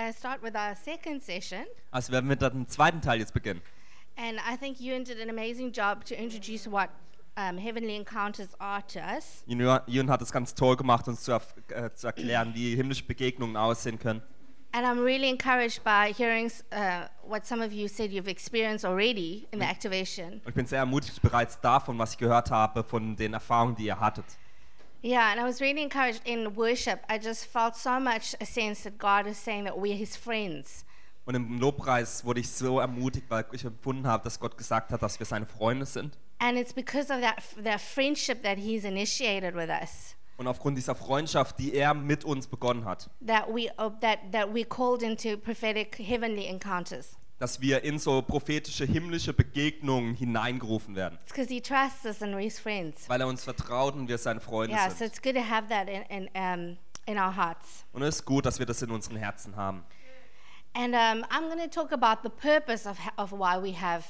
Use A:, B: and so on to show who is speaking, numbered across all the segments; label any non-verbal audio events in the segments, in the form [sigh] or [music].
A: going to uh, start with our second session.
B: Also werden wir mit dem zweiten Teil jetzt beginnen.
A: And I think Ewan did an amazing job to introduce what um, heavenly encounters are to us.
B: Jun Jun hat es ganz toll gemacht, uns zu, erf- äh, zu erklären, wie himmlische Begegnungen aussehen können.
A: And I'm really encouraged by hearing s- uh, what some of you said you've experienced already in the activation.
B: Und ich bin sehr ermutigt bereits davon, was ich gehört habe, von den Erfahrungen, die ihr hattet.
A: Yeah, and I was really encouraged in worship. I just felt so much a sense that God is saying that we're His friends.
B: Und im Lobpreis wurde ich so ermutigt, weil ich empfunden habe, dass Gott gesagt hat, dass wir seine Freunde sind.
A: And it's because of that, that friendship that He's initiated with us
B: Und aufgrund dieser Freundschaft, die er mit uns begonnen hat,
A: that, we, uh, that, that we're called into prophetic heavenly encounters.
B: dass wir in so prophetische, himmlische Begegnungen hineingerufen werden,
A: It's because He trusts us and we're His friends.
B: weil er uns vertraut und wir seine Freunde
A: Yeah, so
B: sind.
A: it's good to have that in, in, um, in our hearts.
B: Und es ist gut, dass wir das in unseren Herzen haben.
A: And um, I'm going to talk about the purpose of, ha- of why we have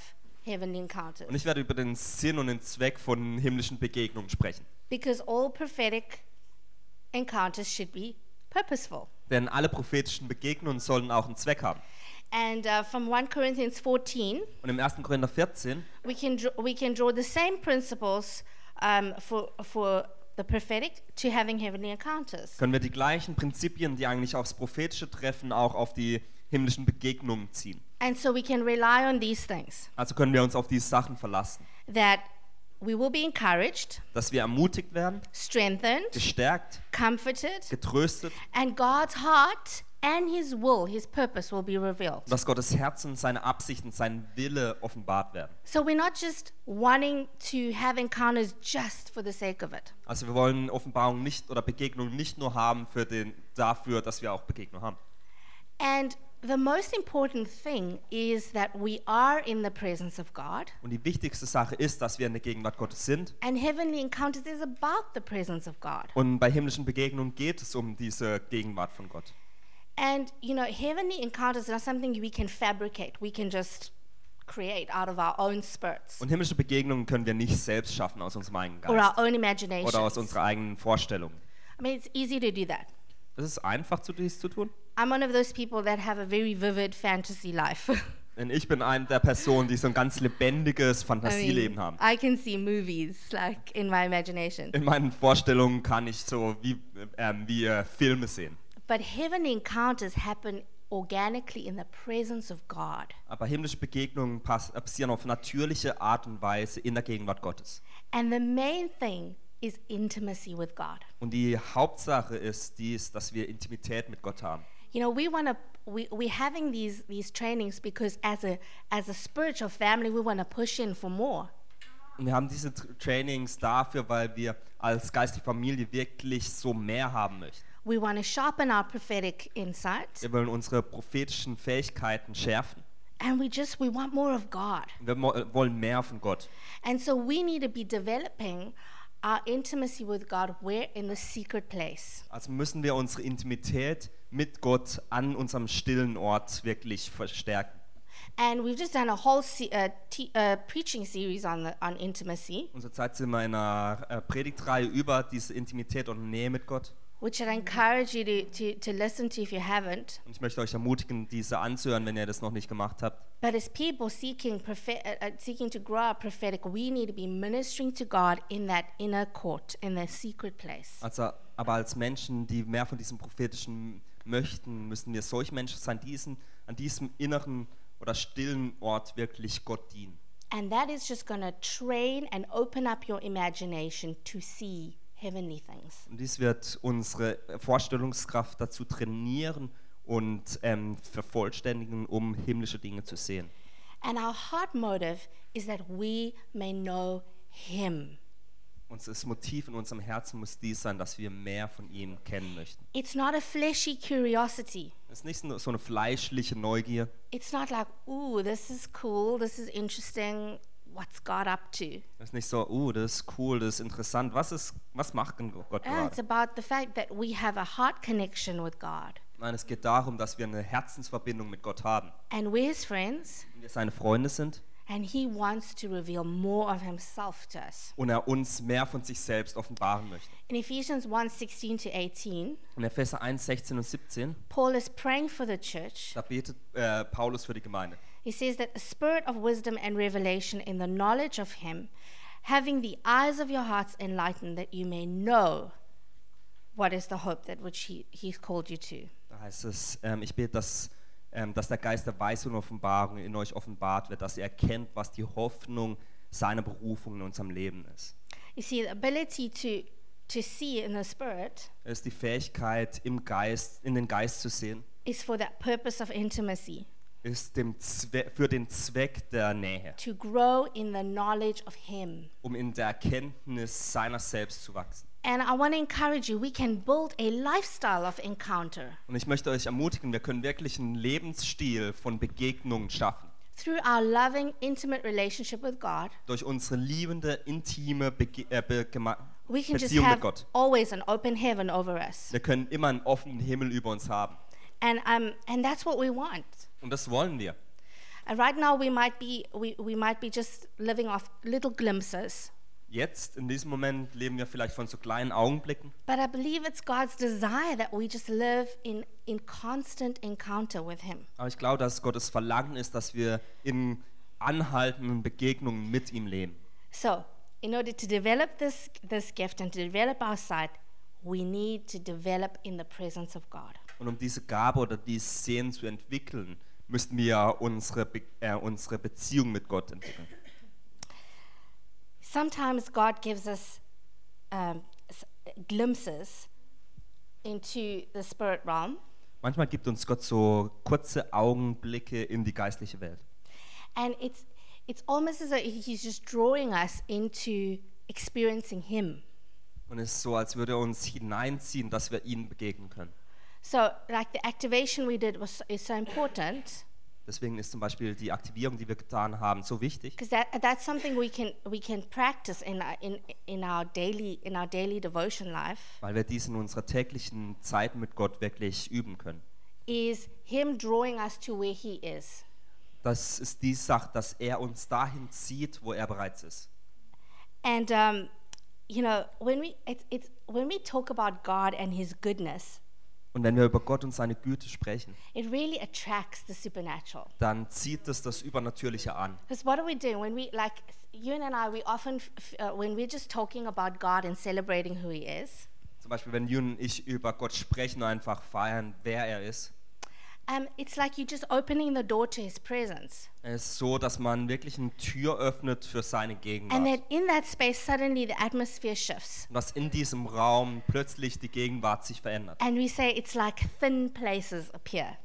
A: heavenly encounters.
B: Und ich werde über den Sinn und den Zweck von himmlischen Begegnungen sprechen.
A: Because all prophetic encounters should be purposeful.
B: Denn alle prophetischen Begegnungen sollen auch einen Zweck haben.
A: And uh, from 1 Corinthians 14,
B: Und im 1. Korinther 14
A: we can, dr- we can draw the same principles um, for, for the prophetic to having heavenly encounters.
B: können wir die gleichen Prinzipien, die eigentlich aufs prophetische treffen, auch auf die himmlischen Begegnungen ziehen.
A: And so we can rely on these things
B: Also können wir uns auf diese Sachen verlassen,
A: that we will be encouraged,
B: dass wir ermutigt werden,
A: strengthened,
B: gestärkt,
A: comforted,
B: getröstet,
A: and God's heart and His will, His purpose will be revealed.
B: dass Gottes Herz und seine Absichten, sein Wille offenbart werden.
A: So we're not just wanting to have encounters just for the sake of it.
B: Also wir wollen Offenbarung nicht oder Begegnung nicht nur haben für den, dafür, dass wir auch Begegnung haben.
A: And the most important thing is that we are in the presence of God,
B: Und die wichtigste Sache ist, dass wir in der Gegenwart Gottes sind.
A: and heavenly encounters is about the presence of God.
B: Und bei himmlischen Begegnungen geht es um diese Gegenwart von Gott.
A: And you know, heavenly encounters are not something we can fabricate, we can just create out of our own spirits
B: Und himmlische Begegnungen können wir nicht selbst schaffen aus unserem eigenen
A: or our
B: Geist
A: own imagination.
B: oder aus unserer eigenen Vorstellung.
A: I mean, it's easy to do that.
B: Es ist einfach, zu- dies zu tun.
A: I'm one of those people that have a very vivid fantasy life. [laughs]
B: Denn ich bin eine der Personen, die so ein ganz lebendiges
A: I,
B: Fantasieleben
A: mean,
B: haben.
A: I can see movies like in my imagination.
B: In meinen Vorstellungen kann ich so wie, ähm, wie äh, Filme sehen.
A: But heavenly encounters happen organically in the presence of God.
B: Aber himmlische Begegnungen pass- äh, passieren auf natürliche Art und Weise in der Gegenwart Gottes.
A: And the main thing is intimacy with God.
B: Und die Hauptsache ist dies, dass wir Intimität mit Gott haben.
A: You know, we want to we we having these these trainings because as a as a spiritual family, we want to push in for more.
B: Und wir haben diese Tr- Trainings dafür, weil wir als geistige Familie wirklich so mehr haben möchten.
A: We want to sharpen our prophetic insight,
B: Wir wollen unsere prophetischen Fähigkeiten schärfen.
A: and we just we want more of God.
B: Und Wir mo- äh, wollen mehr von Gott.
A: And so we need to be developing our intimacy with God where in the secret place.
B: Also müssen wir unsere Intimität mit Gott an unserem stillen Ort wirklich verstärken.
A: And we've just done a whole se- uh, te- uh, preaching series on the, on intimacy,
B: Unsere Zeit sind wir in einer äh, Predigtreihe über diese Intimität und Nähe mit Gott.
A: which I'd encourage you to, to, to listen to if you haven't.
B: Und ich möchte euch ermutigen, diese anzuhören, wenn ihr das noch nicht gemacht habt.
A: But as people seeking prophet, uh, uh, seeking to grow our prophetic, we need to be ministering to God in that inner court, in the secret place.
B: Also, aber als Menschen, die mehr von diesem Prophetischen möchten, müssen wir solch Menschen sein, diesen, an diesem inneren oder stillen Ort wirklich Gott dienen.
A: And that is just going to train and open up your imagination to see heavenly things.
B: Und dies wird unsere Vorstellungskraft dazu trainieren und ähm, vervollständigen, um himmlische Dinge zu sehen.
A: And our heart motive is that we may know Him.
B: Unser Motiv in unserem Herzen muss dies sein, dass wir mehr von ihm kennen möchten.
A: It's not a fleshy curiosity.
B: Es ist nicht nur so eine fleischliche Neugier.
A: It's not like, ooh, this is cool, this is interesting, what's God up to?
B: Es ist nicht so, oh, das ist cool, das ist interessant. Was, ist, was macht denn Gott
A: Ah,
B: gerade?
A: it's about the fact that we have a heart connection with God.
B: Nein, es geht darum, dass wir eine Herzensverbindung mit Gott haben.
A: and we're his friends
B: Wenn wir seine Freunde sind,
A: and He wants to reveal more of Himself to us.
B: und er uns mehr von sich selbst offenbaren möchte.
A: In Ephesians 1 16 to 18,
B: In Epheser 1, 16 und 17,
A: Paul is praying for the church.
B: da betet äh, Paulus für die Gemeinde.
A: He says that a spirit of wisdom and revelation in the knowledge of Him, having the eyes of your hearts enlightened, that you may know what is the hope that which He He's called you to.
B: Da heißt es, ähm, ich bete, dass, ähm, dass der Geist der Weisung und Offenbarung in euch offenbart wird, dass ihr erkennt, was die Hoffnung seiner Berufung in unserem Leben ist.
A: You see, the ability to to see in the spirit
B: Es ist die Fähigkeit, im Geist, in den Geist zu sehen,
A: is for that purpose of intimacy,
B: ist dem Zwe für den Zweck der Nähe,
A: to grow in the knowledge of Him.
B: um in der Erkenntnis seiner selbst zu wachsen.
A: And I want to encourage you, we can build a lifestyle of encounter
B: Und ich möchte euch ermutigen, wir können wirklich einen Lebensstil von Begegnungen schaffen.
A: through our loving, intimate relationship with God.
B: Durch unsere liebende, intime Bege äh, Be Gema-
A: We can just
B: Beziehung mit
A: have
B: Gott.
A: always an open heaven over us.
B: Wir können immer einen offenen Himmel über uns haben.
A: And, um, and that's what we want.
B: Und das wollen wir.
A: And right now, we might, be, we, we might be just living off little glimpses,
B: Jetzt, in diesem Moment, leben wir vielleicht von so kleinen Augenblicken.
A: but I believe it's God's desire that we just live in, in constant encounter with Him.
B: Aber ich glaube, dass Gottes Verlangen ist, dass wir in anhaltenden Begegnungen mit ihm leben.
A: So, in order to develop this, this gift and to develop our sight, we need to develop in the presence of God.
B: Und um diese Gabe oder dieses Sehen zu entwickeln, müssten wir unsere, Be äh, unsere Beziehung mit Gott entwickeln.
A: Sometimes God gives us um, s- glimpses into the spirit realm,
B: Manchmal gibt uns Gott so kurze Augenblicke in die geistliche Welt.
A: and it's, it's almost as though He's just drawing us into experiencing Him.
B: Und es ist so, als würde er uns hineinziehen, dass wir ihnen begegnen können.
A: So, like the activation we did was is so important
B: Deswegen ist zum Beispiel die Aktivierung, die wir getan haben, so wichtig.
A: because that that's something we can we can practice in our, in in our daily in our daily devotion life.
B: weil wir dies in unserer täglichen Zeit mit Gott wirklich üben können.
A: is him drawing us to where he is.
B: Das ist die Sache, dass er uns dahin zieht, wo er bereits ist.
A: And um, you know, when we it's, it's when we talk about God and his goodness,
B: Und wenn wir über Gott und seine Güte sprechen,
A: it really attracts the supernatural.
B: dann zieht es das Übernatürliche an.
A: Because what are we doing when we like you and I? We often f- f- uh, when we're just talking about God and celebrating who he is.
B: Zum Beispiel, wenn Jun und ich über Gott sprechen, und einfach feiern, wer er ist.
A: Um, it's like you're just opening the door to his presence.
B: Es ist so, dass man wirklich eine Tür öffnet für seine Gegenwart.
A: And then in that space, suddenly the atmosphere shifts.
B: Und dass in diesem Raum plötzlich die Gegenwart sich verändert.
A: And we say it's like thin places appear.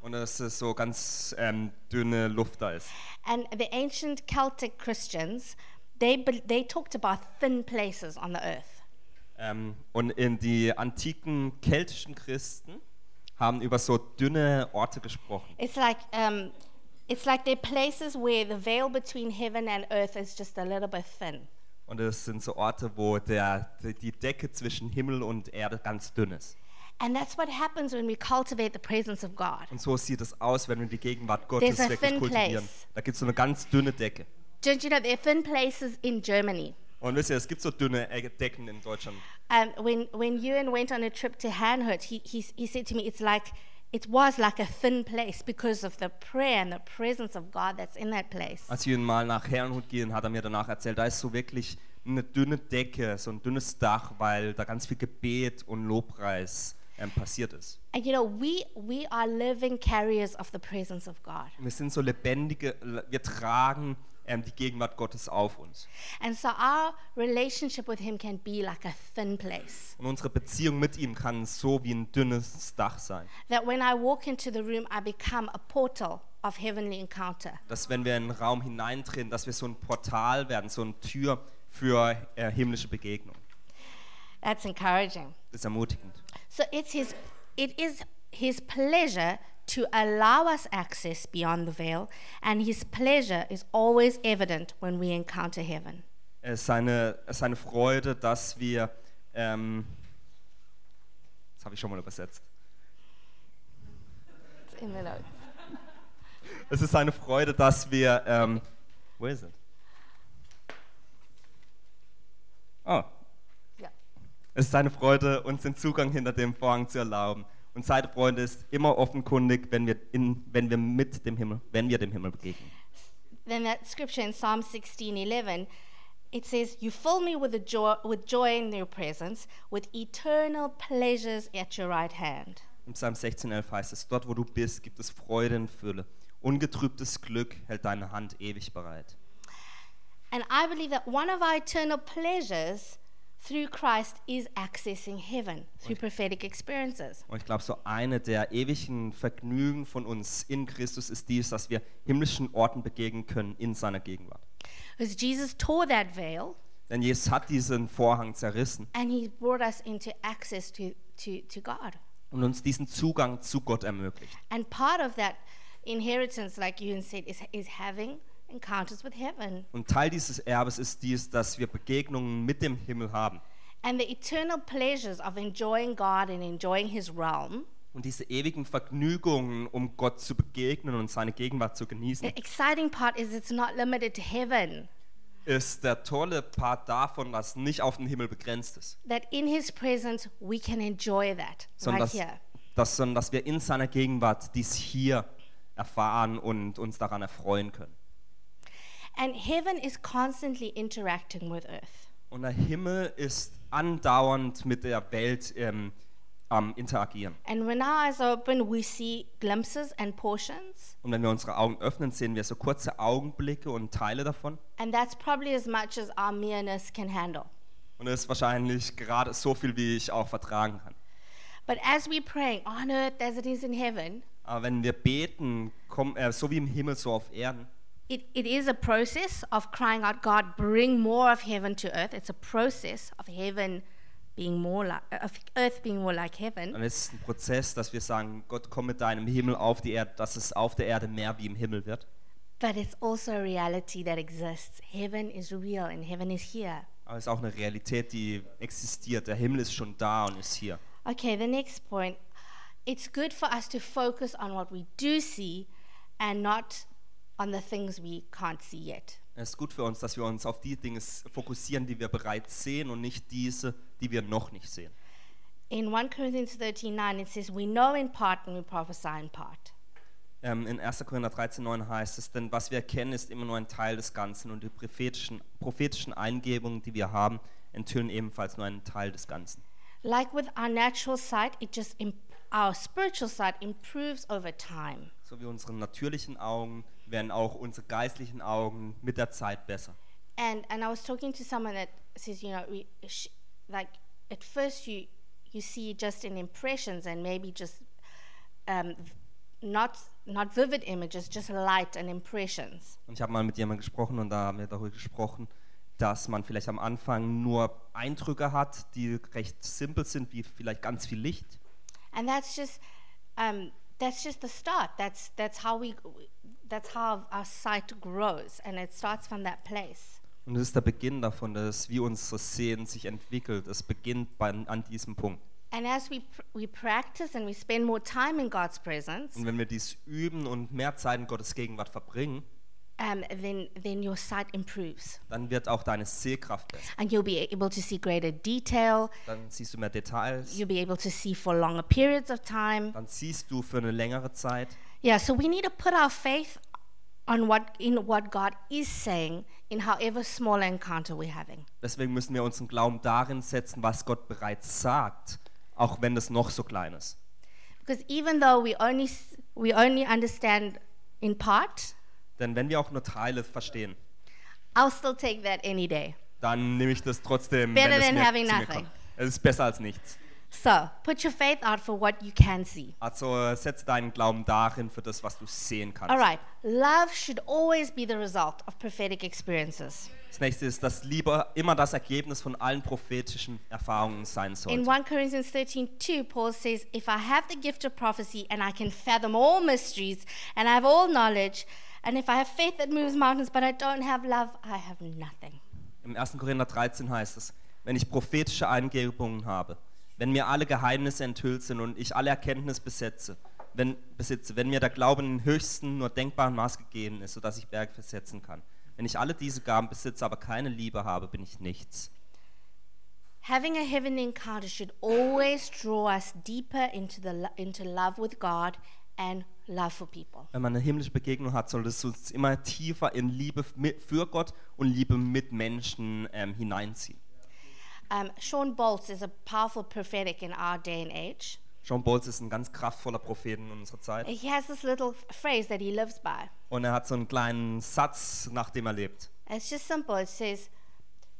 B: Und dass es so ganz ähm, dünne Luft da ist.
A: And the ancient Celtic Christians, they, bel- they talked about thin places on the earth.
B: Ähm, und in die antiken keltischen Christen haben über so dünne Orte gesprochen.
A: It's like, um, it's like they're places where the veil between heaven and earth is just a little bit thin.
B: Und es sind so Orte, wo der, die- die Decke zwischen Himmel und Erde ganz dünn ist.
A: And that's what happens when we cultivate the presence of God.
B: Und so sieht es aus, wenn wir die Gegenwart Gottes
A: There's a
B: wirklich
A: thin
B: kultivieren.
A: place.
B: Da gibt es so eine ganz dünne Decke.
A: Don't you know there are thin places in Germany?
B: Und wisst ihr, es gibt so dünne Ecke- Decken in Deutschland.
A: Um, when, when Ewan went on a trip to Hanhut, he, he, he said to me, it's like, it was like a thin place because of the prayer and the presence of God that's in that place.
B: Als wir mal nach Herrenhut gehen, hat er mir danach erzählt, da ist so wirklich eine dünne Decke, so ein dünnes Dach, weil da ganz viel Gebet und Lobpreis ähm, passiert ist.
A: And you know, we we are living carriers of the presence of God.
B: Wir sind so lebendige, wir tragen ähm, die Gegenwart Gottes auf uns.
A: And so our relationship with him can be like a thin place.
B: Und unsere Beziehung mit ihm kann so wie ein dünnes Dach sein.
A: That when I walk into the room, I become a portal of heavenly encounter.
B: Dass wenn wir in einen Raum hineintreten, dass wir so ein Portal werden, so eine Tür für äh, himmlische Begegnung.
A: That's encouraging.
B: Das ist ermutigend.
A: So it's his it is his pleasure to allow us access beyond the veil, and his pleasure is always evident when we encounter heaven.
B: Es ist äh, seine, es ist seine Freude, dass wir, ähm, das habe ich schon mal übersetzt.
A: It's in the notes.
B: Es ist seine Freude, dass wir ähm, Wo ist es? Oh,
A: Yeah.
B: es ist seine Freude, uns den Zugang hinter dem Vorhang zu erlauben. Und seine Freude ist immer offenkundig, wenn wir, in, wenn wir mit dem Himmel, wenn wir dem Himmel begegnen.
A: Then that scripture in Psalm 16:11, it says, "You fill me with the joy with joy in your presence, with eternal pleasures at your right hand."
B: Im Psalm 16,11 heißt es, dort wo du bist, gibt es Freude in Fülle. Ungetrübtes Glück hält deine Hand ewig bereit.
A: And I believe that one of our eternal pleasures through Christ is accessing heaven through prophetic experiences.
B: Und ich glaube, so eine der ewigen Vergnügen von uns in Christus ist dies, dass wir himmlischen Orten begegnen können in seiner Gegenwart.
A: Because Jesus tore that veil
B: Denn Jesus hat diesen Vorhang zerrissen
A: and he brought us into access to, to, to God.
B: und uns diesen Zugang zu Gott ermöglicht.
A: And part of that inheritance, like you said, is, is having encounters with heaven.
B: Und Teil dieses Erbes ist dies, dass wir Begegnungen mit dem Himmel haben.
A: And the eternal pleasures of enjoying God and enjoying his realm,
B: Und diese ewigen Vergnügungen, um Gott zu begegnen und seine Gegenwart zu genießen,
A: the exciting part is it's not limited to heaven.
B: ist der tolle Part davon, was nicht auf den Himmel begrenzt ist,
A: That in his presence we can enjoy that
B: sondern,
A: right
B: dass,
A: here.
B: dass, sondern dass wir in seiner Gegenwart dies hier erfahren und uns daran erfreuen können.
A: And heaven is constantly interacting with earth.
B: Und der Himmel ist andauernd mit der Welt ähm, am Interagieren.
A: And when our eyes are open, we see glimpses and portions.
B: Und wenn wir unsere Augen öffnen, sehen wir so kurze Augenblicke und Teile davon.
A: And that's probably as much as our mereness can handle.
B: Und es ist wahrscheinlich gerade so viel, wie ich auch vertragen kann.
A: But as we're praying on earth as it is in heaven,
B: Aber wenn wir beten, komm, äh, so wie im Himmel, so auf Erden,
A: it, it is a process of crying out, God, bring more of heaven to earth. It's a process of heaven being more like, of earth being more like heaven.
B: dann ist es ein Prozess, dass wir sagen, Gott, komm mit deinem Himmel auf die Erde, dass es auf der Erde mehr wie im Himmel wird.
A: But it's also a reality that exists. Heaven is real and heaven is here.
B: Aber es ist auch eine Realität, die existiert. Der Himmel ist schon da und ist hier.
A: Okay, the next point. It's good for us to focus on what we do see and not on the things we can't see yet.
B: Es ist gut für uns, dass wir uns auf die Dinge s- fokussieren, die wir bereits sehen und nicht diese, die wir noch nicht sehen.
A: In 1 Corinthians 13:9 it says, "We know in part and we prophesy in part."
B: Ähm, in 1. Korinther 13,9 heißt es, denn was wir erkennen, ist immer nur ein Teil des Ganzen und die prophetischen, prophetischen Eingebungen, die wir haben, enthüllen ebenfalls nur einen Teil des Ganzen.
A: Like with our natural sight, it just imp- our spiritual sight improves over time.
B: So wie unsere natürlichen Augen werden auch unsere geistlichen Augen mit der Zeit besser.
A: And and I was talking to someone that says, you know, we sh- like at first you you see just in impressions and maybe just um, not not vivid images, just light and impressions.
B: Und ich habe mal mit jemandem gesprochen und da haben wir darüber gesprochen, dass man vielleicht am Anfang nur Eindrücke hat, die recht simpel sind, wie vielleicht ganz viel Licht.
A: And that's just um, that's just the start. That's that's how we that's how our sight grows, and it starts from that place.
B: Und das ist der Beginn davon, dass wie unsere Sehen sich entwickelt. Es beginnt bei, an diesem Punkt.
A: And as we pr- we practice and we spend more time in God's presence,
B: Und wenn wir dies üben und mehr Zeit in Gottes Gegenwart verbringen,
A: um, then then your sight improves,
B: dann wird auch deine Sehkraft besser.
A: and you'll be able to see greater detail.
B: Dann siehst du mehr Details,
A: You'll be able to see for longer periods of time.
B: dann siehst du für eine längere Zeit.
A: Yeah. So we need to put our faith on what in what God is saying in however small encounter we're having.
B: Deswegen müssen wir unseren Glauben darin setzen, was Gott bereits sagt, auch wenn es noch so klein ist.
A: Because even though we only s- we only understand in part,
B: Denn wenn wir auch nur Teile verstehen,
A: I'll still take that any day.
B: dann nehme ich das trotzdem,
A: Better
B: wenn es
A: than
B: mir,
A: having
B: zu mir
A: nothing.
B: kommt. Es ist besser als nichts.
A: So put your faith out for what you can see.
B: Also setze deinen Glauben darin für das, was du sehen kannst.
A: All right, love should always be the result of prophetic experiences.
B: Das nächste ist, dass Liebe immer das Ergebnis von allen prophetischen Erfahrungen sein
A: In
B: sollte.
A: 1 Corinthians 13 2, Paul says, If I have the gift of prophecy and I can fathom all mysteries and I have all knowledge, and if I have faith that moves mountains but I don't have love, I have nothing.
B: Im 1. Korinther 13 heißt es, wenn ich prophetische Eingebungen habe, wenn mir alle Geheimnisse enthüllt sind und ich alle Erkenntnis besetze, wenn, besitze, wenn mir der Glaube in den höchsten, nur denkbaren Maß gegeben ist, sodass ich Berge versetzen kann, Wenn ich alle diese Gaben besitze, aber keine Liebe habe, bin ich nichts.
A: Having a heavenly encounter should always draw us deeper into, the, lo- into love with God and love for people.
B: Wenn man eine himmlische Begegnung hat, sollte es uns immer tiefer in Liebe mi- für Gott und Liebe mit Menschen ähm, hineinziehen.
A: Um, Sean Bolts is a powerful prophetic in our day and age.
B: John Bowles ist ein ganz kraftvoller Prophet in unserer Zeit
A: He has this little phrase that he lives by.
B: und er hat so einen kleinen Satz, nach dem er lebt.
A: It's just simple. It says,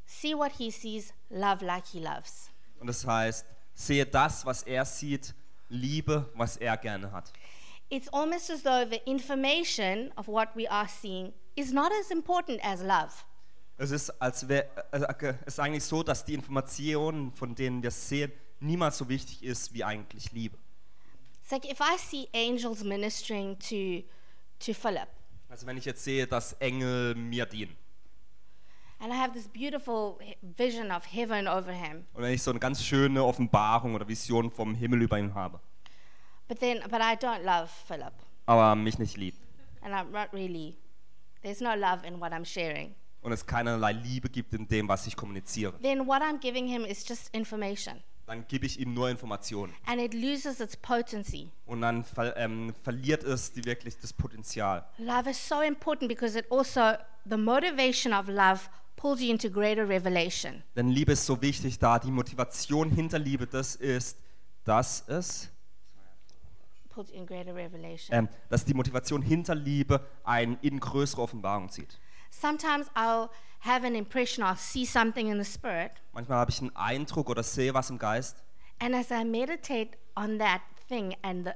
A: See what he sees, love like he loves.
B: Und das heißt, sehe das, was er sieht, liebe, was er gerne hat.
A: It's almost as though the information of what we are seeing is not as important as love.
B: Es ist, als wär, äh, es ist eigentlich so, dass die Informationen, von denen wir es sehen, niemals so wichtig ist wie eigentlich Liebe.
A: It's like if I see angels ministering to, to Philip,
B: Also wenn ich jetzt sehe, dass Engel mir dienen
A: and I have this beautiful he- vision of heaven over him,
B: und wenn ich so eine ganz schöne Offenbarung oder Vision vom Himmel über ihn habe,
A: but then, but I don't love Philip,
B: aber mich nicht liebt
A: and I'm not really, there's no love in what I'm sharing,
B: und es keinerlei Liebe gibt in dem, was ich kommuniziere,
A: then what I'm giving him is just information,
B: dann gebe ich ihm nur Informationen
A: and it loses its potency.
B: und dann ver ähm, verliert es die wirklich das Potenzial.
A: Love is so important because it also, the motivation of love pulls you into greater revelation.
B: Denn Liebe ist so wichtig da. Die Motivation hinter Liebe, das ist, dass es,
A: Pulls you in greater revelation.
B: ähm, dass die Motivation hinter Liebe einen in größere Offenbarung zieht.
A: Sometimes I'll have an impression, I'll see something in the spirit,
B: Manchmal habe ich einen Eindruck oder sehe was im Geist
A: and as I meditate on that thing, and the,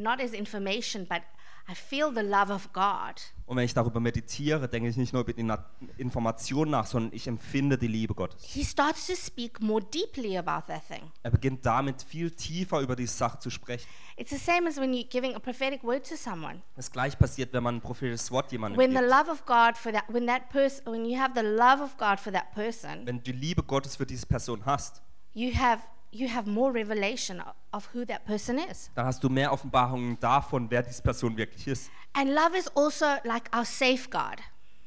A: not as information, but I feel the love of God.
B: und wenn ich darüber meditiere, denke ich nicht nur über die Na Information nach, sondern ich empfinde die Liebe Gottes.
A: He starts to speak more deeply about that thing.
B: Er beginnt damit viel tiefer über die Sache zu sprechen.
A: It's the same as when you're giving a prophetic word to someone.
B: Das gleich passiert, wenn man ein prophetisches Wort jemandem
A: When the
B: gibt.
A: love of God for that, when that person, when you have the love of God for that person,
B: Wenn du die Liebe Gottes für diese Person hast,
A: you have you have more revelation o- of who that person is.
B: dann hast du mehr Offenbarungen davon, wer diese Person wirklich ist.
A: And love is also like our safeguard.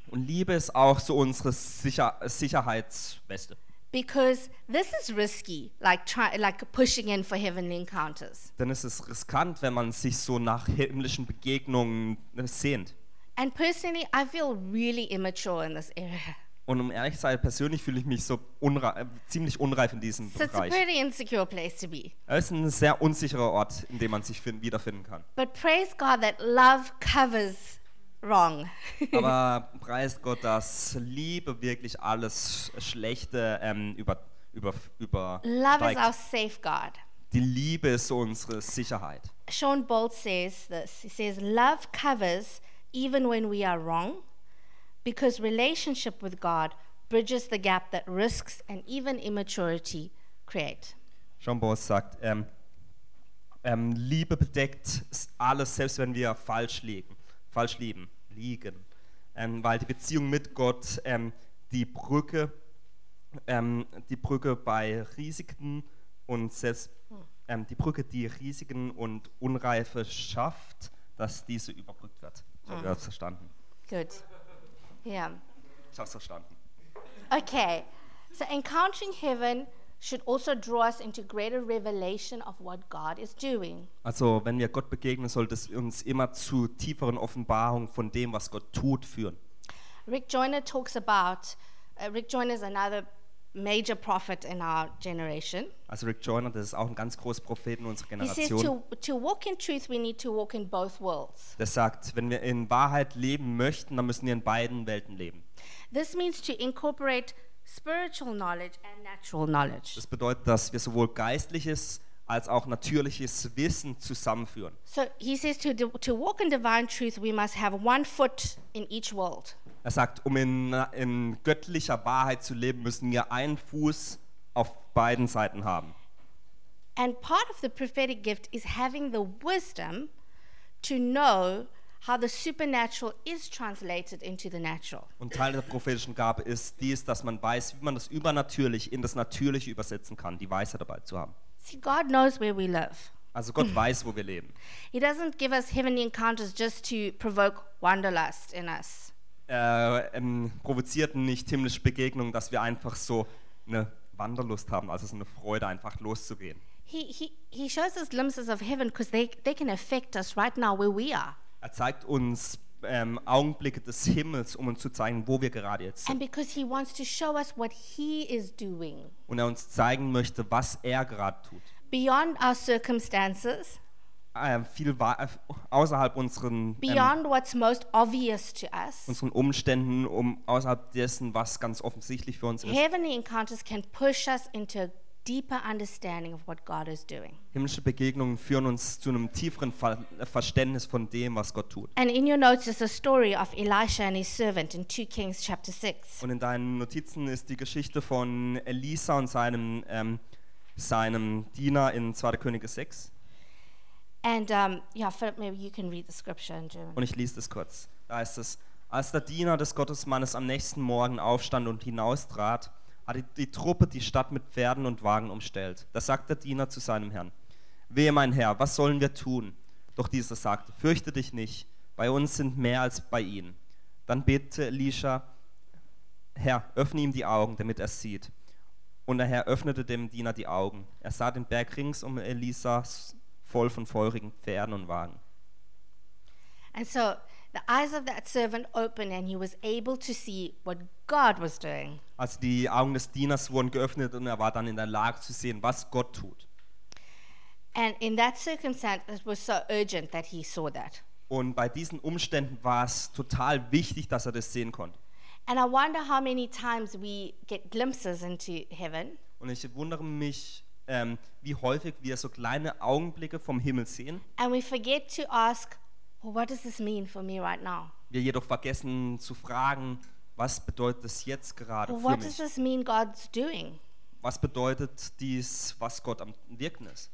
B: Und Liebe ist auch so unsere Sicher Sicherheitsweste.
A: because this is risky like try, like pushing in for heavenly encounters
B: Denn es ist riskant, wenn man sich so nach himmlischen Begegnungen äh, sehnt.
A: and personally i feel really immature in this area [laughs]
B: Und um ehrlich zu sein, persönlich fühle ich mich so unrei äh, ziemlich unreif in diesem
A: so it's a
B: Bereich.
A: pretty insecure place to be
B: Es ist ein sehr unsicherer Ort, in dem man sich fin- wiederfinden
A: [laughs]
B: kann.
A: but praise god that love covers wrong
B: Aber preist Gott, dass Liebe wirklich alles Schlechte ähm, über, über, über
A: [laughs] love is our safeguard
B: Die Liebe ist so unsere Sicherheit.
A: sean bolt says this he says love covers even when we are wrong because relationship with god bridges the gap that risks and even immaturity create
B: Jean Boss sagt, ähm, ähm, Liebe bedeckt s- alles, selbst wenn wir falsch liegen, falsch lieben, liegen. Ähm, weil die Beziehung mit Gott ähm, die Brücke, ähm, die Brücke bei Risiken und selbst ähm, die Brücke, die Risiken und Unreife schafft, dass diese überbrückt wird. Ich habe das verstanden.
A: Good. Yeah.
B: Ich habe es verstanden.
A: Okay. So encountering heaven should also draw us into greater revelation of what God is doing.
B: Also, wenn wir Gott begegnen, sollte es uns immer zu tieferen Offenbarungen von dem, was Gott tut, führen.
A: Rick Joyner talks about, uh, Rick Joyner is another major prophet in our generation.
B: Also Rick Joyner, das ist auch ein ganz großer Prophet in unserer
A: He says
B: Generation.
A: to, to walk in truth, we need to walk in both worlds.
B: Der sagt, wenn wir in Wahrheit leben möchten, dann müssen wir in beiden Welten leben.
A: This means to incorporate spiritual knowledge and natural knowledge.
B: Das bedeutet, dass wir sowohl geistliches als auch natürliches Wissen zusammenführen.
A: So he says to, to walk in divine truth, we must have one foot in each world.
B: Er sagt, um in, in göttlicher Wahrheit zu leben, müssen wir einen Fuß auf beiden Seiten haben.
A: And part of the prophetic gift is having the wisdom to know how the supernatural is translated into the natural.
B: Und Teil der prophetischen Gabe ist dies, dass man weiß, wie man das Übernatürliche in das Natürliche übersetzen kann, die Weisheit dabei zu haben.
A: See, God knows where we live. [clears throat]
B: Also Gott weiß, wo wir leben.
A: He doesn't give us heavenly encounters just to provoke wanderlust in us.
B: äh, ähm, provozierten nicht himmlische Begegnungen, dass wir einfach so eine Wanderlust haben, also so eine Freude, einfach loszugehen.
A: He, he, he shows us glimpses of heaven because they, they can affect us right now where we are.
B: Er zeigt uns ähm, Augenblicke des Himmels, um uns zu zeigen, wo wir gerade jetzt sind.
A: And because he wants to show us what he is doing
B: Und er uns zeigen möchte, was er gerade tut.
A: beyond our circumstances,
B: Ähm, viel wa- äh, außerhalb unseren, ähm,
A: beyond what's most obvious to us.
B: unseren Umständen, um außerhalb dessen, was ganz offensichtlich für uns ist.
A: Heavenly encounters can push us into a deeper understanding of what God is doing.
B: Himmlische Begegnungen führen uns zu einem tieferen Ver äh, Verständnis von dem, was Gott tut.
A: And in your notes is the story of Elisha and his servant in 2 Kings chapter 6.
B: Und in deinen Notizen ist die Geschichte von Elisa und seinem, ähm, seinem Diener in 2. Könige 6.
A: And um, yeah, Philip, maybe you can read the scripture in German.
B: Und ich lese das kurz. Da heißt es, als der Diener des Gottesmannes am nächsten Morgen aufstand und hinaustrat, hatte die Truppe die Stadt mit Pferden und Wagen umstellt. Da sagt der Diener zu seinem Herrn, Wehe mein Herr, was sollen wir tun? Doch dieser sagte, fürchte dich nicht, bei uns sind mehr als bei ihnen. Dann betete Elisha, Herr, öffne ihm die Augen, damit er sieht. Und der Herr öffnete dem Diener die Augen. Er sah den Berg rings um Elisa voll von feurigen Pferden und Wagen.
A: And so the eyes of that servant opened and he was able to see what God was doing.
B: Also die Augen des Dieners wurden geöffnet und er war dann in der Lage zu sehen, was Gott tut.
A: And in that circumstance, it was so urgent that he saw that.
B: Und bei diesen Umständen war es total wichtig, dass er das sehen konnte.
A: And I wonder how many times we get glimpses into heaven
B: Und ich wundere mich, ähm, wie häufig wir so kleine Augenblicke vom Himmel sehen,
A: and we forget to ask, well, what does this mean for me right now?
B: wir jedoch vergessen zu fragen, was bedeutet das jetzt gerade
A: Or
B: für
A: what does
B: mich?
A: this mean God's doing?
B: Was bedeutet dies, was Gott am Wirken ist?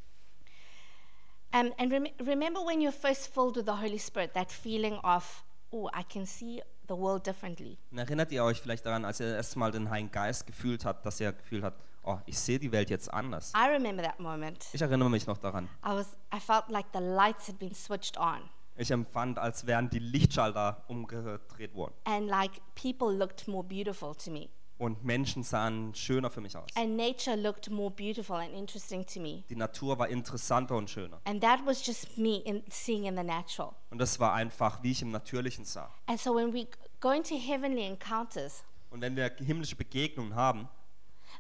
A: Um, and rem- remember when you're first filled with the Holy Spirit, that feeling of, oh, I can see the world differently.
B: Und erinnert ihr euch vielleicht daran, als ihr erstmal den Heiligen Geist gefühlt habt, dass ihr gefühlt habt, oh, ich sehe die Welt jetzt anders.
A: I remember that moment.
B: Ich erinnere mich noch daran.
A: I was, I felt like the lights had been switched on,
B: Ich empfand, als wären die Lichtschalter umgedreht worden.
A: and like people looked more beautiful to me,
B: Und Menschen sahen schöner für mich aus.
A: and nature looked more beautiful and interesting to me.
B: Die Natur war interessanter und schöner.
A: And that was just me in seeing in the natural.
B: Und das war einfach, wie ich im Natürlichen sah.
A: And so when we go into heavenly encounters,
B: Und wenn wir himmlische Begegnungen haben,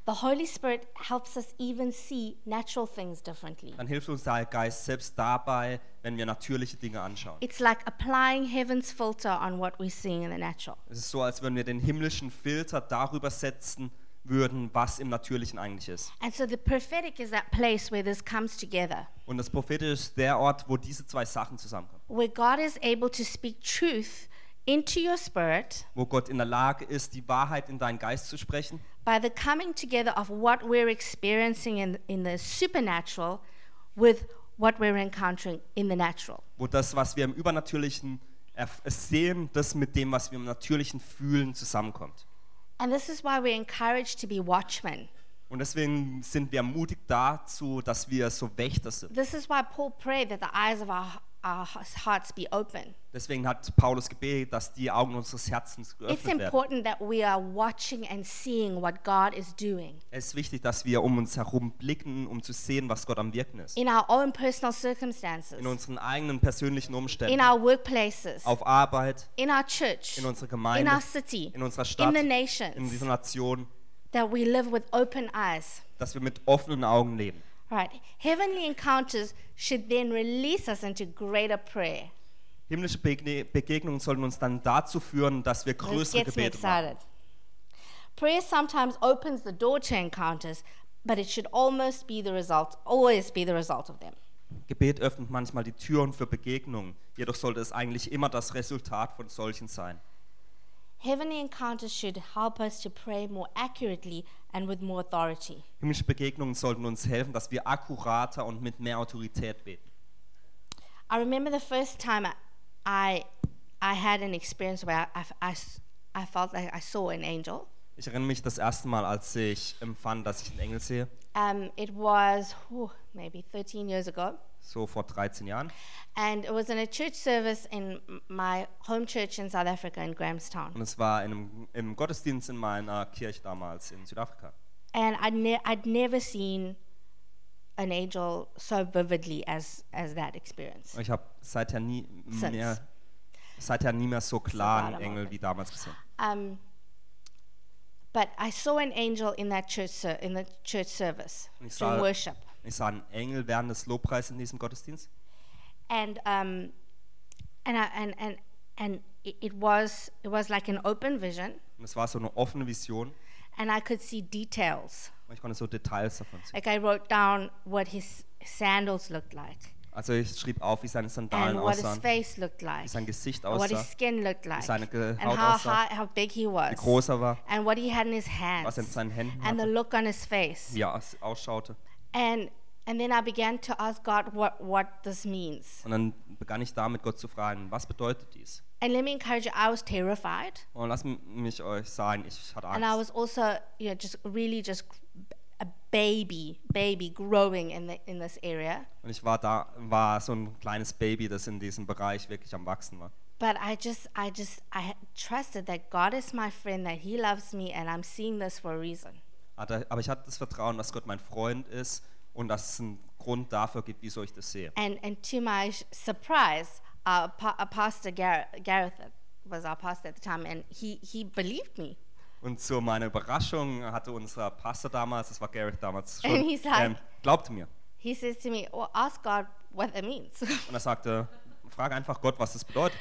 A: the Holy Spirit helps us even see natural things differently.
B: dann hilft uns der Heilige Geist selbst dabei, wenn wir natürliche Dinge anschauen.
A: It's like applying heaven's filter on what we're seeing in the natural.
B: Es ist so, als wenn wir den himmlischen Filter darüber setzen würden, was im Natürlichen eigentlich ist.
A: And so the prophetic is that place where this comes together,
B: Und das Prophetische ist der Ort, wo diese zwei Sachen zusammenkommen.
A: where God is able to speak truth into your spirit
B: Wo Gott in der Lage ist, die Wahrheit in deinen Geist zu sprechen
A: by the coming together of what we're experiencing in, in the supernatural with what we're encountering in the natural.
B: wo das, was wir im Übernatürlichen erf- sehen, das mit dem, was wir im Natürlichen fühlen, zusammenkommt.
A: And this is why we're encouraged to be watchmen.
B: Und deswegen sind wir mutig dazu, dass wir so Wächter sind.
A: This is why Paul prayed that the eyes of our, our hearts be open.
B: Deswegen hat Paulus gebetet, dass die Augen unseres Herzens
A: It's
B: geöffnet werden.
A: important that we are watching and seeing what God is doing
B: Es ist wichtig, dass wir um uns herum blicken, um zu sehen, was Gott am Wirken ist.
A: in our own personal circumstances,
B: In unseren eigenen persönlichen
A: in
B: Umständen,
A: our workplaces,
B: auf Arbeit,
A: in our church,
B: in unserer
A: in
B: Gemeinde,
A: our city,
B: in unserer
A: in
B: Stadt,
A: the
B: in
A: nations,
B: dieser Nation,
A: that we live with open eyes.
B: dass wir mit offenen Augen leben.
A: All right. Heavenly encounters should then release us into greater prayer.
B: Himmlische Begne- Begegnungen sollten uns dann dazu führen, dass wir
A: This
B: größere
A: gets me
B: Gebete machen.
A: excited. Prayer sometimes opens the door to encounters, but it should almost be the result, always be the result of them.
B: Gebet öffnet manchmal die Türen für Begegnungen, jedoch sollte es eigentlich immer das Resultat von solchen sein.
A: Heavenly encounters should help us to pray more accurately and with more authority.
B: Himmlische Begegnungen sollten uns helfen, dass wir akkurater und mit mehr Autorität beten.
A: I remember the first time I, I, I had an experience where I, I s- I felt like I saw an angel.
B: Ich erinnere mich das erste Mal, als ich empfand, dass ich einen Engel sehe.
A: Um, it was whew, maybe 13 years ago.
B: Das so vor 13 Jahren.
A: And it was in a church service in m- my home church in South Africa, in Grahamstown.
B: Und es war in einem, im Gottesdienst in meiner Kirche damals in Südafrika.
A: And I'd, ne- I'd never seen an angel so vividly as, as that experience.
B: Und ich habe seither nie
A: Since.
B: mehr, seither nie mehr so klar
A: Sogar
B: einen Engel
A: Moment.
B: wie damals gesehen.
A: Um, but I saw an angel in that church, ser- in the church service
B: Und ich
A: during
B: sah,
A: worship.
B: ich sah einen Engel während des Lobpreises in diesem Gottesdienst.
A: and um, and I, and and and it, it was it was like an open vision,
B: Und es war so eine offene Vision.
A: and I could see details.
B: Und ich konnte so Details davon sehen.
A: Like I wrote down what his sandals looked like,
B: Also ich schrieb auf, wie seine Sandalen
A: and what his
B: aussahen,
A: face looked like,
B: wie sein Gesicht
A: and what
B: aussah,
A: his skin looked like,
B: seine Ge-
A: and
B: Haut
A: how
B: aussah,
A: high, how big he
B: wie
A: was,
B: groß er war,
A: and what he had in his hands,
B: was er in seinen Händen
A: and the
B: hatte.
A: look on his face,
B: wie er aus- ausschaute.
A: and and then I began to ask God what what this means.
B: Und dann begann ich damit, Gott zu fragen, was bedeutet dies?
A: And let me encourage you, I was terrified.
B: Und lasst m- mich euch sagen, ich hatte
A: and I
B: Angst.
A: was also you know just really just a baby baby growing in the in this area
B: Und ich war da, war so ein kleines Baby, das in diesem Bereich wirklich am Wachsen war.
A: but I just I just I had trusted that God is my friend that he loves me and I'm seeing this for a reason
B: Hatte- Aber ich hatte das Vertrauen, dass Gott mein Freund ist und dass es einen Grund dafür gibt, wieso ich das sehe.
A: and and to my sh- surprise our pa- our pastor Gar- Gareth was our pastor at the time and he he believed me
B: Und zu meiner Überraschung hatte unser Pastor damals, das war Gareth damals, schon,
A: And he's like-
B: ähm, glaubte mir.
A: he says to me well ask God what that [laughs] means
B: Und er sagte, frage einfach Gott, was das bedeutet.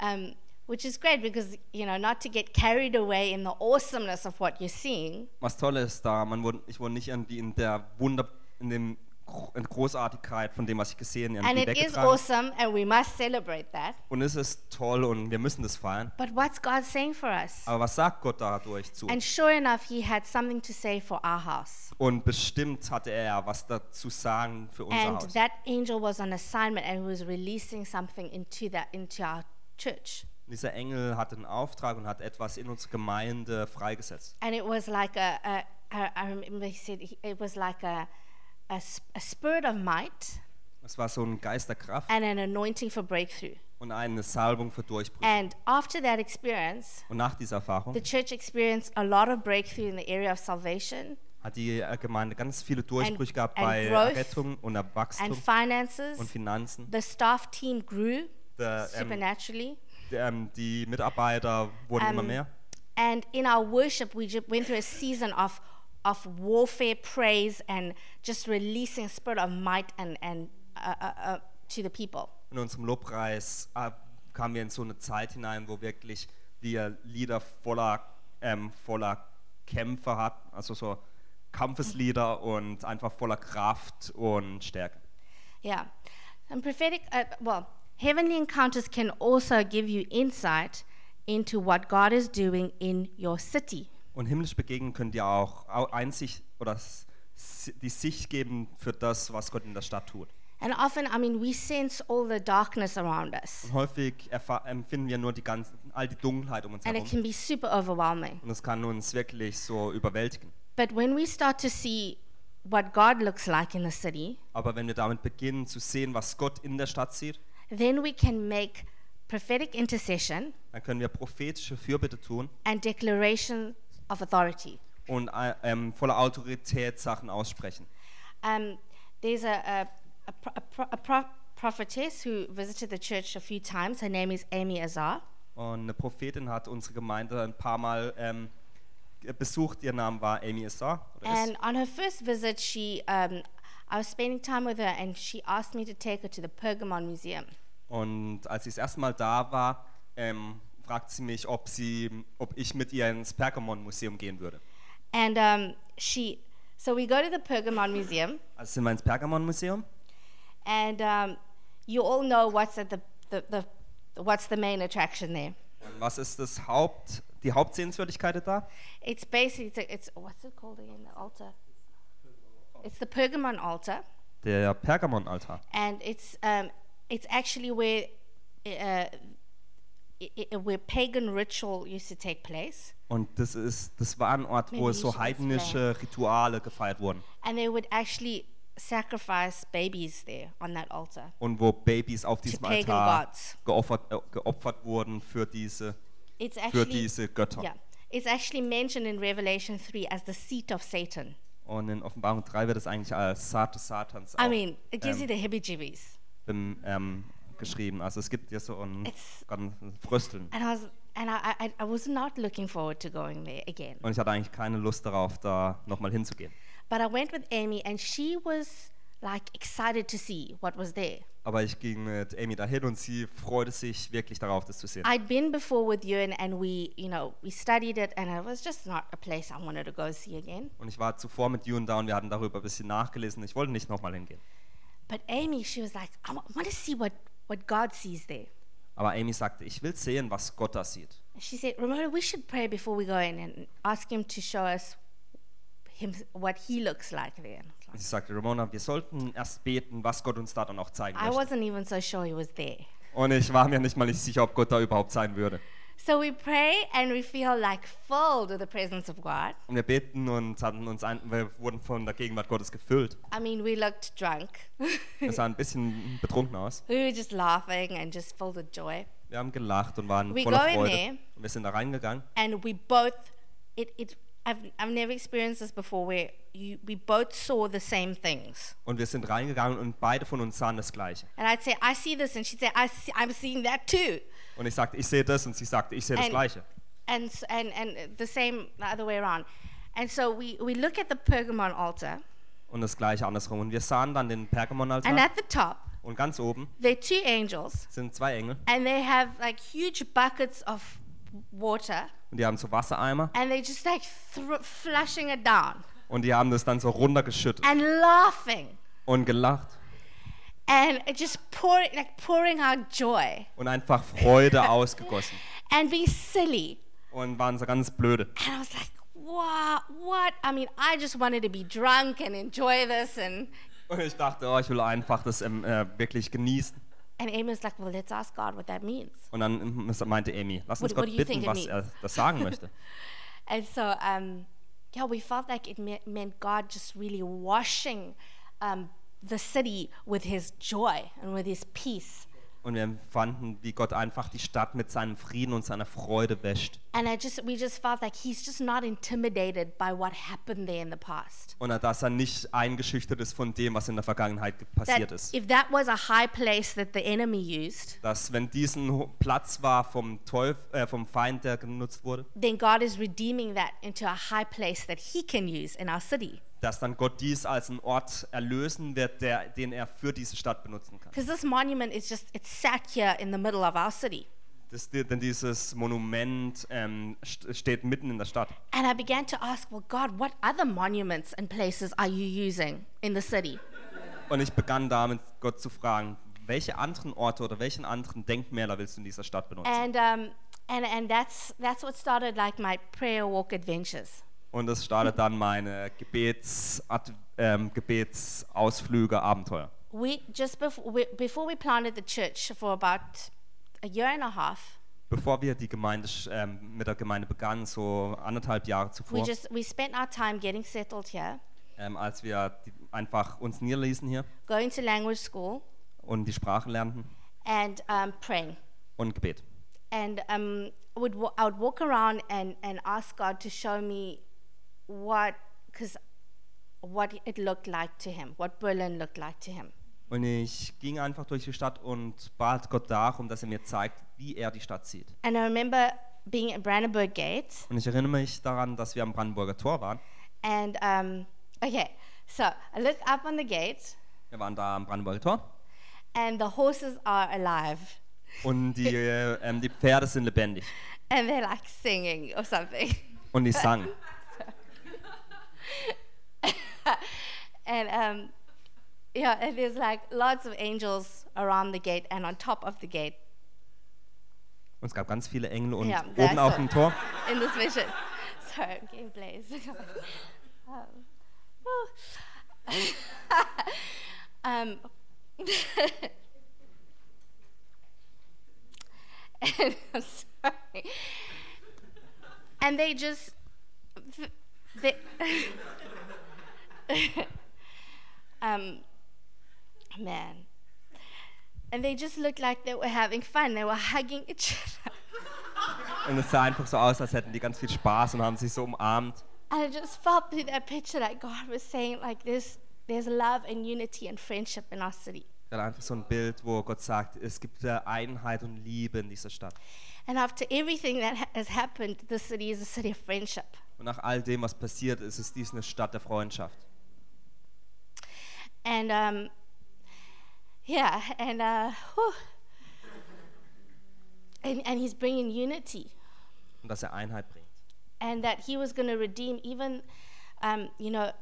A: um which is great because you know not to get carried away in the awesomeness of what you're seeing
B: Was toll ist da, man wurde, ich wurde nicht irgendwie in der Wunder, in dem Gro- in Großartigkeit von dem, was ich gesehen habe,
A: And
B: irgendwie
A: it is
B: weggetragen.
A: awesome, and we must celebrate that.
B: Und es ist toll und wir müssen das feiern.
A: But what's God saying for us?
B: Aber was sagt Gott dadurch zu?
A: And sure enough, He had something to say for our house.
B: Und bestimmt hatte er ja was dazu sagen für unser
A: And
B: Haus.
A: that angel was on assignment and he was releasing something into that into our church.
B: Dieser Engel hat einen Auftrag und hat etwas in unsere Gemeinde freigesetzt.
A: And it was like a, a I, I remember he said he- it was like a, a s- a spirit of might
B: Es war so ein Geist der Kraft
A: and an anointing for breakthrough.
B: und eine Salbung für Durchbrüche.
A: And after that experience,
B: Und nach dieser Erfahrung
A: the church experienced a lot of breakthrough in the area of salvation
B: hat die äh, Gemeinde ganz viele Durchbrüche gehabt
A: and
B: bei
A: growth
B: Rettung und
A: and
B: Erwachstum
A: finances.
B: und Finanzen.
A: The staff team grew
B: Der, ähm,
A: supernaturally.
B: der, ähm, die Mitarbeiter wurden immer
A: Ähm,
B: mehr.
A: And in our worship, we just went through a season of, of warfare, praise, and just releasing a spirit of might and, and uh, uh, uh, to the people.
B: In unserem Lobpreis äh, kamen wir in so eine Zeit hinein, wo wirklich wir Lieder voller, ähm, voller Kämpfe hatten, also so Kampfeslieder und einfach voller Kraft und Stärke.
A: Yeah. And prophetic, uh, well, heavenly encounters can also give you insight into what God is doing in your city.
B: Und himmlisch begegnen könnt ihr auch au- Einsicht oder s- die Sicht geben für das, was Gott in der Stadt tut.
A: And often, I mean, we sense all the darkness around us,
B: Und häufig erfa- empfinden wir nur die ganzen, all die Dunkelheit um uns
A: and it
B: herum.
A: can be super overwhelming.
B: Und es kann uns wirklich so überwältigen.
A: But when we start to see what God looks like in the city,
B: Aber wenn wir damit beginnen zu sehen, was Gott in der Stadt sieht,
A: then we can make prophetic intercession
B: dann können wir prophetische Fürbitte tun
A: and declaration of authority.
B: und äh, ähm, voller Autorität Sachen aussprechen.
A: Um, there's a, a, a, pro- a, pro- a pro- prophetess who visited the church a few times. Her name is Amy Azar.
B: Und eine Prophetin hat unsere Gemeinde ein paar Mal ähm, g- besucht. Ihr Name war Amy Issar. Oder ist.
A: And on her first visit, she, um, I was spending time with her and she asked me to take her to the Pergamon Museum.
B: Und als sie das erste Mal da war, ähm, fragte sie mich, ob, sie, ob ich mit ihr ins Pergamon-Museum gehen würde.
A: And um, she, so we go to the Pergamon Museum
B: Also sind wir ins Pergamon-Museum.
A: and um, you all know what's at the, the, the, what's the main attraction there.
B: Und Was ist das Haupt, die Hauptsehenswürdigkeit da?
A: It's basically it's, a, it's what's it called again? The altar. It's the Pergamon altar,
B: Der Pergamon-Altar.
A: and it's um, it's actually where uh, i i where pagan ritual used to take place,
B: Und das, ist, das war ein Ort, wo
A: Maybe
B: so
A: you should explain.
B: heidnische Rituale gefeiert wurden.
A: and they would actually sacrifice babies there on that altar
B: und wo Babys auf
A: to
B: diesem
A: pagan
B: Altar
A: gods.
B: geopfert, äh, geopfert wurden für diese,
A: It's
B: für
A: actually
B: diese Götter.
A: yeah, it's actually mentioned in Revelation 3 as the seat of Satan.
B: Und in Offenbarung 3 wird es eigentlich als Saat des Satans
A: I
B: auch,
A: mean, it gives you
B: ähm,
A: the heebie-jeebies.
B: bem- ähm, geschrieben. Also es gibt ja so ein
A: It's-
B: ganz Frösteln.
A: And I was and I, I, I was not looking forward to going there again.
B: Und ich hatte eigentlich keine Lust darauf, da nochmal hinzugehen.
A: But I went with Amy and she was like excited to see what was there.
B: Aber ich ging mit Amy dahin und sie freute sich wirklich darauf, das zu sehen.
A: I'd been before with Ewan and we, you know, we studied it and it was just not a place I wanted to go see again.
B: Und ich war zuvor mit June da und wir hatten darüber ein bisschen nachgelesen. Ich wollte nicht nochmal hingehen.
A: But Amy, she was like, I want to see what, what God sees there.
B: Aber Amy sagte, ich will sehen, was Gott da sieht.
A: She said, Ramona, we should pray before we go in and ask him to show us him what he looks like there. And I was like,
B: Und sie sagte, Ramona, wir sollten erst beten, was Gott uns da dann auch zeigen
A: I
B: möchte.
A: wasn't even so sure he was there.
B: Und ich war mir nicht mal nicht sicher, ob Gott da überhaupt sein würde.
A: So we pray and we feel like filled with the presence of God.
B: Und wir beten und hatten uns ein, wir wurden von der Gegenwart Gottes gefüllt.
A: I mean, we looked drunk.
B: Wir sahen ein bisschen betrunken aus.
A: [laughs] we were just laughing and just filled with joy.
B: Wir haben gelacht und waren
A: We go
B: voller
A: in
B: Freude.
A: there.
B: Und wir sind da reingegangen
A: And we both, it, it, I've, I've never experienced this before where you, we both saw the same things.
B: und wir sind reingegangen und beide von uns sahen das Gleiche.
A: And I'd say, I see this. And she'd say, I see, I'm seeing that too.
B: Und ich sagte, ich sehe das und sie sagte, ich sehe das
A: And-
B: Gleiche.
A: And, s- and, and the same the other way around. And so we, we look at the Pergamon altar.
B: Und das Gleiche andersrum. Und wir sahen dann den
A: And
B: Pergamon-Altar
A: at the top,
B: und ganz oben
A: there are two angels.
B: sind zwei Engel
A: And they have like huge buckets of water.
B: und die haben so Wassereimer
A: and they just like thr flushing it down
B: und die haben das dann so runtergeschüttet
A: and laughing
B: und gelacht
A: and it just pouring like pouring out joy
B: und einfach Freude ausgegossen
A: and being silly
B: und waren so ganz blöde.
A: and i was like wow what i mean i just wanted to be drunk and enjoy this and
B: Und ich dachte, oh, ich will einfach das ähm, äh, wirklich genießen.
A: and amy was like well let's ask god what that means
B: Und dann ähm, meinte Amy, lass uns
A: What- what
B: Gott
A: do you think
B: bitten,
A: it
B: was er
A: means?
B: das sagen möchte.
A: and so um yeah we felt like it me- meant god just really washing um, the city with his joy and with his peace
B: Und wir empfanden, wie Gott einfach die Stadt mit seinem Frieden und seiner Freude wäscht.
A: And I just we just felt like he's just not intimidated by what happened there in the past.
B: Und dass er nicht eingeschüchtert ist von dem, was in der Vergangenheit ge- passiert
A: That
B: ist.
A: if that was a high place that the enemy used,
B: Dass wenn diesen Ho- Platz war vom, Teuf äh, vom Feind, der genutzt wurde,
A: then God is redeeming that into a high place that he can use in our city.
B: dass dann Gott dies als einen Ort erlösen wird, der, den er für diese Stadt benutzen kann.
A: Because this monument is just it's sat here in the middle of our city.
B: Das, denn dieses Monument ähm, st- steht mitten in der Stadt.
A: And I began to ask, well, God, what other monuments and places are you using in the city?
B: Und ich begann damit, Gott zu fragen, welche anderen Orte oder welchen anderen Denkmäler willst du in dieser Stadt benutzen?
A: And um, and and that's that's what started like my prayer walk adventures.
B: Und das startet dann meine Gebets, Ad, ähm, Gebetsausflüge, Abenteuer.
A: We just before we, before we planted the church for about a year and a half,
B: Bevor wir die Gemeinde, sch- ähm, mit der Gemeinde begannen, so anderthalb Jahre
A: we
B: zuvor,
A: just we spent our time getting settled here,
B: ähm, als wir die, einfach uns niederließen hier
A: going to language school,
B: und die Sprachen lernten
A: and um, praying.
B: und Gebet.
A: And um, would wa- I would walk around and, and ask God to show me what because what it looked like to him, what Berlin looked like to him.
B: Und ich ging einfach durch die Stadt und bat Gott darum, dass er mir zeigt, wie er die Stadt sieht.
A: And I remember being at Brandenburg Gate
B: Und ich erinnere mich daran, dass wir am Brandenburger Tor waren.
A: and um, okay, so I look up on the gate
B: Wir waren da am Brandenburger Tor
A: and the horses are alive. [laughs]
B: und die, ähm, die Pferde sind lebendig
A: and they're like singing or something. [laughs]
B: und die sangen.
A: and um, yeah, and there's like lots of angels around the gate and on top of the gate
B: Und es gab ganz viele Engel und
A: Ja, da
B: oben
A: ist
B: auf
A: er.
B: dem Tor.
A: [laughs] in this vision. Sorry, I'm getting blazed. [laughs] um, [laughs] whew. um, [laughs] and I'm sorry. And they just. They, [laughs] Um, man. And they just looked like they were having fun. They were hugging each other.
B: Und es sah einfach so aus, als hätten die ganz viel Spaß und haben sich so umarmt.
A: And I just felt through that picture that God was saying, like, there's, there's love and unity and friendship in our city.
B: Dann einfach so ein Bild, wo Gott sagt, es gibt äh, Einheit und Liebe in dieser Stadt.
A: And after everything that ha- has happened, this city is a city of friendship.
B: Und nach all dem, was passiert ist, ist dies eine Stadt der Freundschaft.
A: And um, yeah, and uh, whew. and and he's bringing unity,
B: Und dass er Einheit bringt.
A: and that he was going to redeem even, um, you know,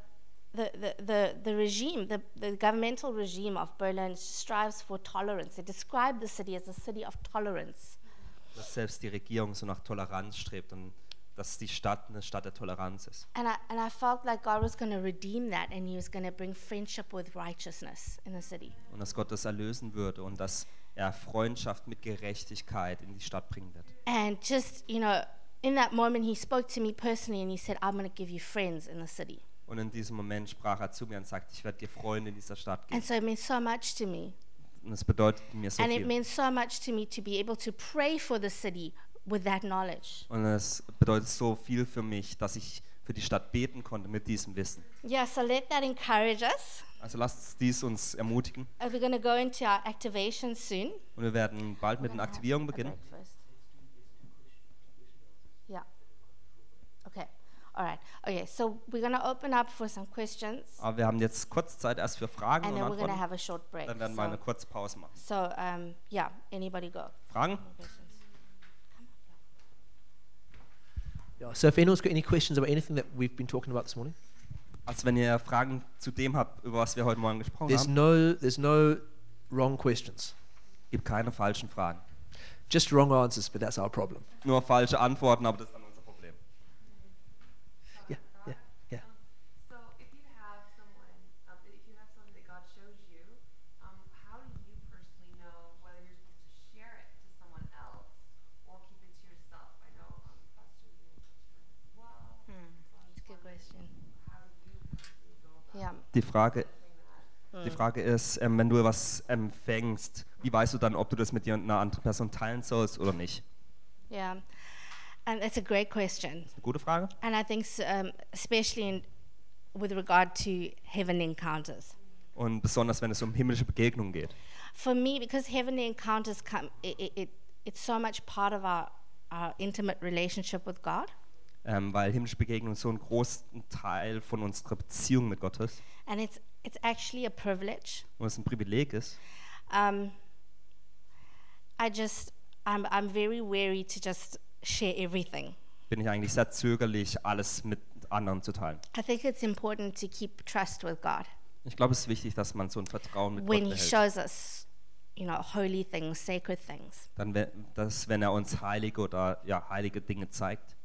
A: the the the, the regime, the, the governmental regime of Berlin strives for tolerance. They describe the city as a city of tolerance.
B: Dass selbst die Regierung so nach Toleranz strebt und dass die Stadt eine Stadt der Toleranz ist.
A: And I, and I felt like God was going to redeem that and He was going to bring friendship with righteousness in the city.
B: Und dass Gott das erlösen würde und dass er Freundschaft mit Gerechtigkeit in die Stadt bringen wird.
A: And just, you know, in that moment, He spoke to me personally and He said, I'm going to give you friends in the city.
B: Und in diesem Moment sprach er zu mir und sagte, ich werde dir Freunde in dieser Stadt
A: And
B: geben.
A: so it meant so much to me.
B: Und es bedeutet mir so
A: and it
B: viel.
A: meant so much to me to be able to pray for the city with that knowledge.
B: Und es bedeutet so viel für mich, dass ich für die Stadt beten konnte mit diesem Wissen.
A: Yeah, so let that encourage us.
B: Also lasst uns dies uns ermutigen.
A: Uh, We're going to go into our activation soon.
B: Und wir werden bald mit den Aktivierungen beginnen.
A: Breakfast. Yeah. Okay. All right. Okay, so we're going to open up for some questions
B: Aber wir haben jetzt kurz Zeit erst für Fragen
A: and
B: und
A: then we're going to
B: Antworten.
A: have a short break.
B: Dann werden wir eine
A: So,
B: kurze Pause machen.
A: so um, yeah, anybody go?
B: Fragen?
A: Questions.
C: Yeah, so if anyone's got any questions about anything that we've been talking about this morning,
B: Also wenn ihr Fragen zu dem habt, über was wir heute Morgen gesprochen
C: there's
B: haben,
C: no there's no wrong questions,
B: gibt keine falschen Fragen.
C: just wrong answers. But that's our problem.
B: Nur falsche Antworten, aber das ist dann unser Problem.
C: Yeah, yeah, yeah.
D: Um, So if you have someone, um, if you have something that God shows you, um, how do you personally know whether you're supposed to share it to someone else or keep it to yourself? I know um, Pastor you have children as well. So I'm
A: That's a
D: just
A: good
D: wondering,
A: question.
D: How do you personally go about
A: Yeah.
B: Die Frage,
D: doing that?
A: Hm.
B: die Frage ist, ähm, wenn du was empfängst, wie weißt du dann, ob du das mit einer anderen Person teilen sollst oder nicht?
A: Yeah. And that's a great question.
B: Eine gute Frage.
A: And I think, s- um, especially in, with regard to heavenly encounters,
B: Und besonders, wenn es um himmlische Begegnungen geht.
A: for me, because heavenly encounters come, it, it, it, it's so much part of our, our intimate relationship with God.
B: Ähm, weil himmlische Begegnung so ein großen Teil von unserer Beziehung mit Gott ist
A: And it's, it's actually a privilege.
B: und es ein Privileg ist.
A: Um, I just, I'm, I'm very wary to just share everything.
B: bin ich eigentlich sehr zögerlich, alles mit anderen zu teilen.
A: I think it's important to keep trust with God
B: Ich glaube, es ist wichtig, dass man so ein Vertrauen mit
A: when He
B: Gott behält.
A: shows us, you know, holy things, sacred things.
B: Dann, we- dass, wenn er uns heilige oder ja, heilige Dinge zeigt.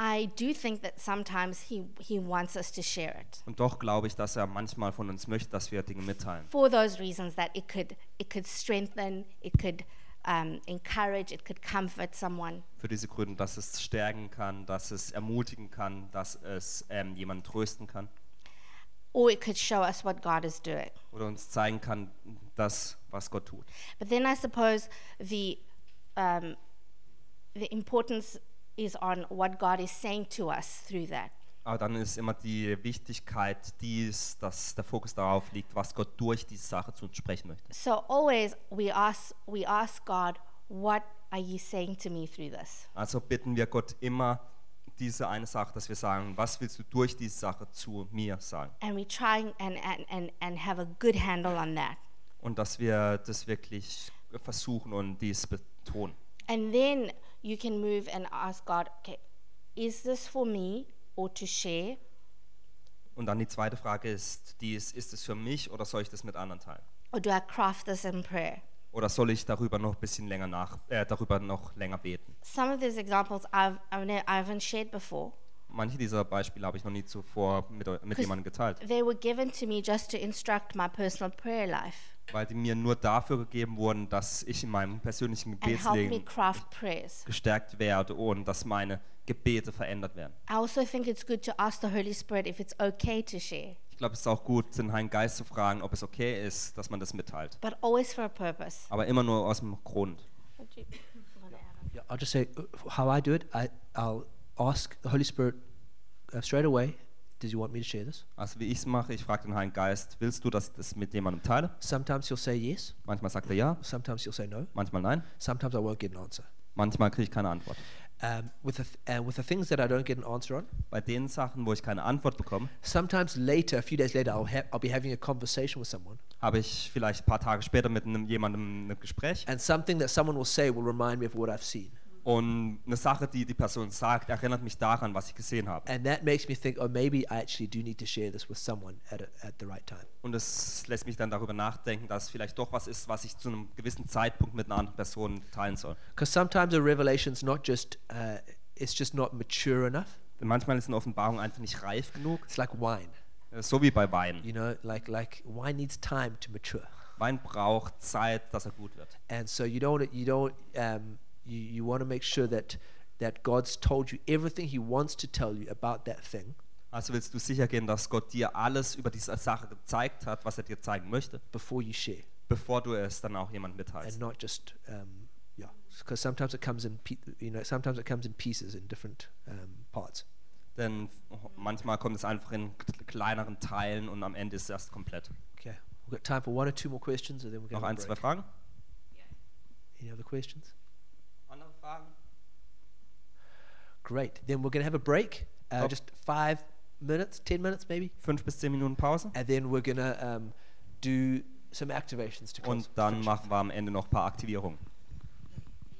A: I do think that sometimes he, he wants us to share it
B: Und doch glaube ich, dass er manchmal von uns möchte, dass wir Dinge mitteilen.
A: for those reasons that it could it could strengthen, it could um, encourage, it could comfort someone.
B: Für diese Gründe, dass es stärken kann, dass es ermutigen kann, dass es ähm, jemanden trösten kann
A: Or it could show us what God is doing.
B: oder uns zeigen kann, das, was Gott tut.
A: But then I suppose the um, the importance is on what God is saying to us through that.
B: Aber dann ist immer die Wichtigkeit dies, dass der Fokus darauf liegt, was Gott durch diese Sache zu uns sprechen möchte.
A: So always we ask we ask God, what are you saying to me through this?
B: Also bitten wir Gott immer diese eine Sache, dass wir sagen, was willst du durch diese Sache zu mir sagen?
A: And we try and and, and, and have a good handle on that.
B: Und dass wir das wirklich versuchen und dies betonen.
A: And then you can move and ask God, okay, is this for me or to share?
B: Und dann die zweite Frage ist, dies, ist es für mich oder soll ich das mit anderen teilen?
A: Or do I craft this in prayer?
B: Oder soll ich darüber noch ein bisschen länger nach, äh, darüber noch länger beten?
A: Some of these examples I've, I've ne- I haven't shared before.
B: Manche dieser Beispiele habe ich noch nie zuvor mit, eu- mit jemandem geteilt,
A: They were given to me just to instruct my personal prayer life
B: weil die mir nur dafür gegeben wurden, dass ich in meinem persönlichen
A: and help me
B: Gebetsleben
A: craft prayers.
B: gestärkt werde und dass meine Gebete verändert werden.
A: I also think it's good to ask the Holy Spirit if it's okay to share.
B: Ich glaube, es ist auch gut, den Heiligen Geist zu fragen, ob es okay ist, dass man das mitteilt.
A: but always for a purpose.
B: Aber immer nur aus dem Grund.
A: Would you wanna add on?
C: Yeah, I'll just say uh, how I do it. I, I'll ask the Holy Spirit uh, straight away, does he want me to share this?
B: Also wie ich es mache, ich frage den Heiligen Geist, willst du, dass ich das mit jemandem teile?
C: Sometimes he'll say yes,
B: Manchmal sagt er ja,
C: sometimes he'll say no,
B: manchmal nein,
C: sometimes I won't get an answer.
B: manchmal kriege ich keine Antwort.
C: Um, with, the th- uh, with the things that I don't get an answer on,
B: Bei den Sachen, wo ich keine Antwort bekomme,
C: sometimes later, a few days later, I'll, ha- I'll be having a conversation with someone,
B: habe ich vielleicht ein paar Tage später mit einem, jemandem ein Gespräch
C: and something that someone will say will remind me of what I've seen.
B: und eine Sache, die die Person sagt, erinnert mich daran, was ich gesehen habe.
C: And that makes me think, oh, maybe I actually do need to share this with someone at, a, at the right time.
B: Und es lässt mich dann darüber nachdenken, dass es vielleicht doch was ist, was ich zu einem gewissen Zeitpunkt mit einer anderen Person teilen soll.
C: Because sometimes a revelation's not just, uh, it's just not mature enough.
B: Denn manchmal ist eine Offenbarung einfach nicht reif genug,
C: It's like wine,
B: Äh, so wie bei Wein.
C: you know, like, like wine needs time to mature.
B: Wein braucht Zeit, dass er gut wird.
C: And so you don't, you don't, um, you, you want to make sure that, that God's told you everything he wants to tell you about that thing
B: Also willst du sicher gehen, dass Gott dir alles über diese Sache gezeigt hat, was er dir zeigen möchte,
C: before you share.
B: bevor du es dann auch jemand
C: and
B: mitteilst.
C: not just um, yeah because sometimes it comes in pe- you know sometimes it comes in pieces in different um, parts
B: Denn manchmal kommt es einfach in k- kleineren Teilen und am Ende ist es erst komplett.
C: okay we've got time for one or two more questions and then we're
B: Noch
C: going
B: ein,
C: to
B: zwei
C: break.
B: Fragen?
C: any other questions
B: Andere Fragen?
C: great then we're going to have a break uh,
B: Top.
C: just five minutes ten minutes maybe
B: Fünf bis zehn Minuten Pause.
C: and then we're going to um, do some activations to
B: Und
C: close
B: dann
C: finish.
B: machen wir am Ende noch ein paar Aktivierungen.